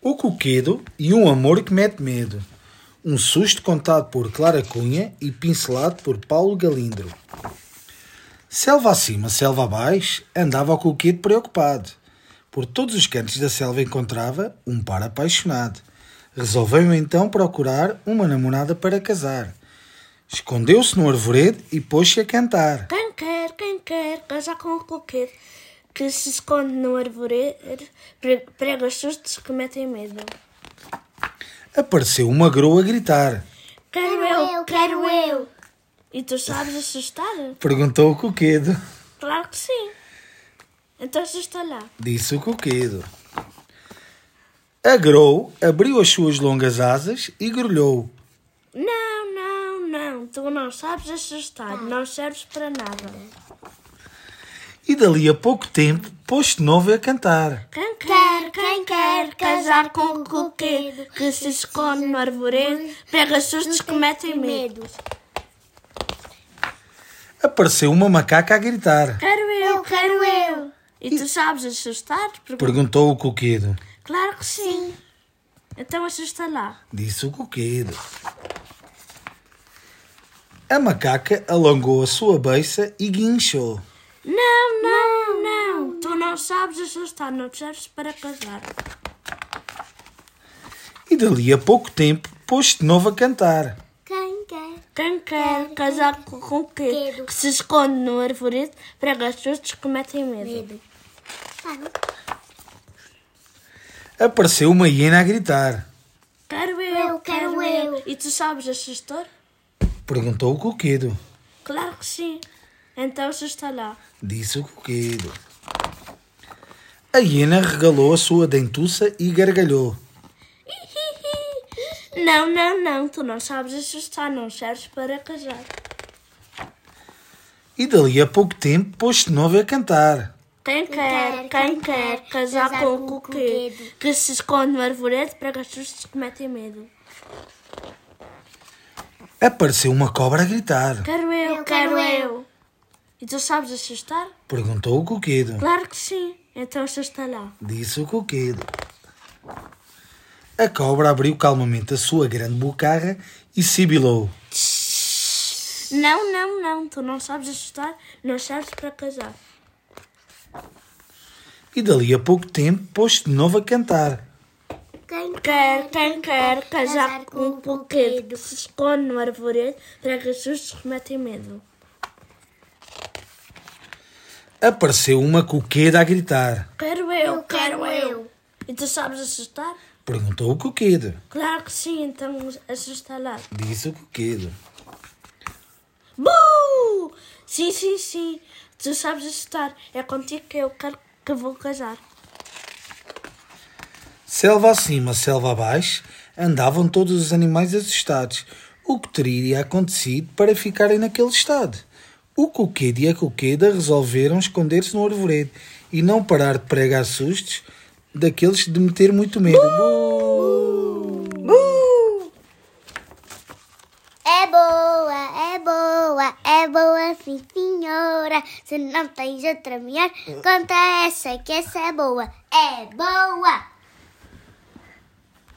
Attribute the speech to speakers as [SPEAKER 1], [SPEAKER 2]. [SPEAKER 1] O Coquedo e um amor que mete medo. Um susto contado por Clara Cunha e pincelado por Paulo Galindro. Selva acima, selva abaixo, andava o Coquedo preocupado. Por todos os cantos da selva encontrava um par apaixonado. Resolveu então procurar uma namorada para casar. Escondeu-se no arvoredo e pôs-se a cantar.
[SPEAKER 2] Quem quer, quem quer, casar com o coqueiro que se esconde no arvoredo, pre- prega os sustos que metem medo.
[SPEAKER 1] Apareceu uma groa a gritar.
[SPEAKER 2] Quero eu, quero eu. E tu sabes assustar?
[SPEAKER 1] Perguntou o Coquedo.
[SPEAKER 2] Claro que sim. Então assusta lá.
[SPEAKER 1] disse o coquedo. A Grou abriu as suas longas asas e grolhou.
[SPEAKER 2] Não, não, não. Tu não sabes assustar. Não serves para nada.
[SPEAKER 1] E dali a pouco tempo pôs-se de novo a cantar.
[SPEAKER 2] Quem quer, quem quer casar com o coqueiro que se esconde no arvoredo, prega os sustos que metem medo.
[SPEAKER 1] Apareceu uma macaca a gritar.
[SPEAKER 2] Quero eu, quero eu. E tu sabes assustar? Pergun-
[SPEAKER 1] Perguntou o coquedo.
[SPEAKER 2] Claro que sim. Então assusta lá.
[SPEAKER 1] Disse o coquedo. A macaca alongou a sua beiça e guinchou.
[SPEAKER 2] Não, não, não. Tu não sabes assustar. Não te serves para casar.
[SPEAKER 1] E dali a pouco tempo pôs-se de novo a cantar.
[SPEAKER 3] Quem quer?
[SPEAKER 2] Quem quer casar com o coqueiro que se esconde no arvoredo, prega os sustos que metem medo.
[SPEAKER 3] Sabe?
[SPEAKER 1] Apareceu uma hiena a gritar.
[SPEAKER 2] Quero eu,
[SPEAKER 3] Eu quero
[SPEAKER 2] quero eu.
[SPEAKER 3] eu.
[SPEAKER 2] E tu sabes assustar?
[SPEAKER 1] Perguntou o coquedo.
[SPEAKER 2] Claro que sim. Então assusta lá.
[SPEAKER 1] disse o coqueiro. A hiena regalou a sua dentuça e gargalhou.
[SPEAKER 2] Não, não, não. Tu não sabes assustar. Não serves para casar.
[SPEAKER 1] E dali a pouco tempo pôs-se de novo a cantar.
[SPEAKER 2] Quem quer, quem quer casar com o coqueiro que se esconde no arvoredo, prega os sustos que metem medo.
[SPEAKER 1] Apareceu uma cobra a gritar.
[SPEAKER 2] Quero eu,
[SPEAKER 3] Eu
[SPEAKER 2] quero
[SPEAKER 3] quero
[SPEAKER 2] eu. E tu sabes assustar?
[SPEAKER 1] Perguntou o coqueiro.
[SPEAKER 2] Claro que sim. Então assusta lá.
[SPEAKER 1] Disse o coqueiro. A cobra abriu calmamente a sua grande bocarra e sibilou.
[SPEAKER 2] Não, não, não. Tu não sabes assustar, não sabes para casar.
[SPEAKER 1] E dali a pouco tempo pôs-se de novo a cantar.
[SPEAKER 3] Quem
[SPEAKER 2] Quer, quem quer casar com um coqueiro que se esconde no arvoredo, prega sustos que metem medo.
[SPEAKER 1] Apareceu uma coqueda a gritar.
[SPEAKER 2] Quero eu, quero eu. E tu sabes assustar?
[SPEAKER 1] Perguntou o coqueiro.
[SPEAKER 2] Claro que sim, então assusta lá.
[SPEAKER 1] Disse o coqueiro.
[SPEAKER 2] Buu! Sim, sim, sim. Tu sabes assustar. É contigo que eu quero que vou casar.
[SPEAKER 1] Selva acima, selva abaixo, andavam todos os animais assustados. O que teria acontecido para ficarem naquele estado? O coquedo e a coqueda resolveram esconder-se no arvoredo e não parar de pregar sustos daqueles de meter muito medo.
[SPEAKER 3] É boa, é boa, é boa, sim senhora.
[SPEAKER 2] Hum.
[SPEAKER 3] Se não tens outra melhor, conta essa que essa é boa. É boa,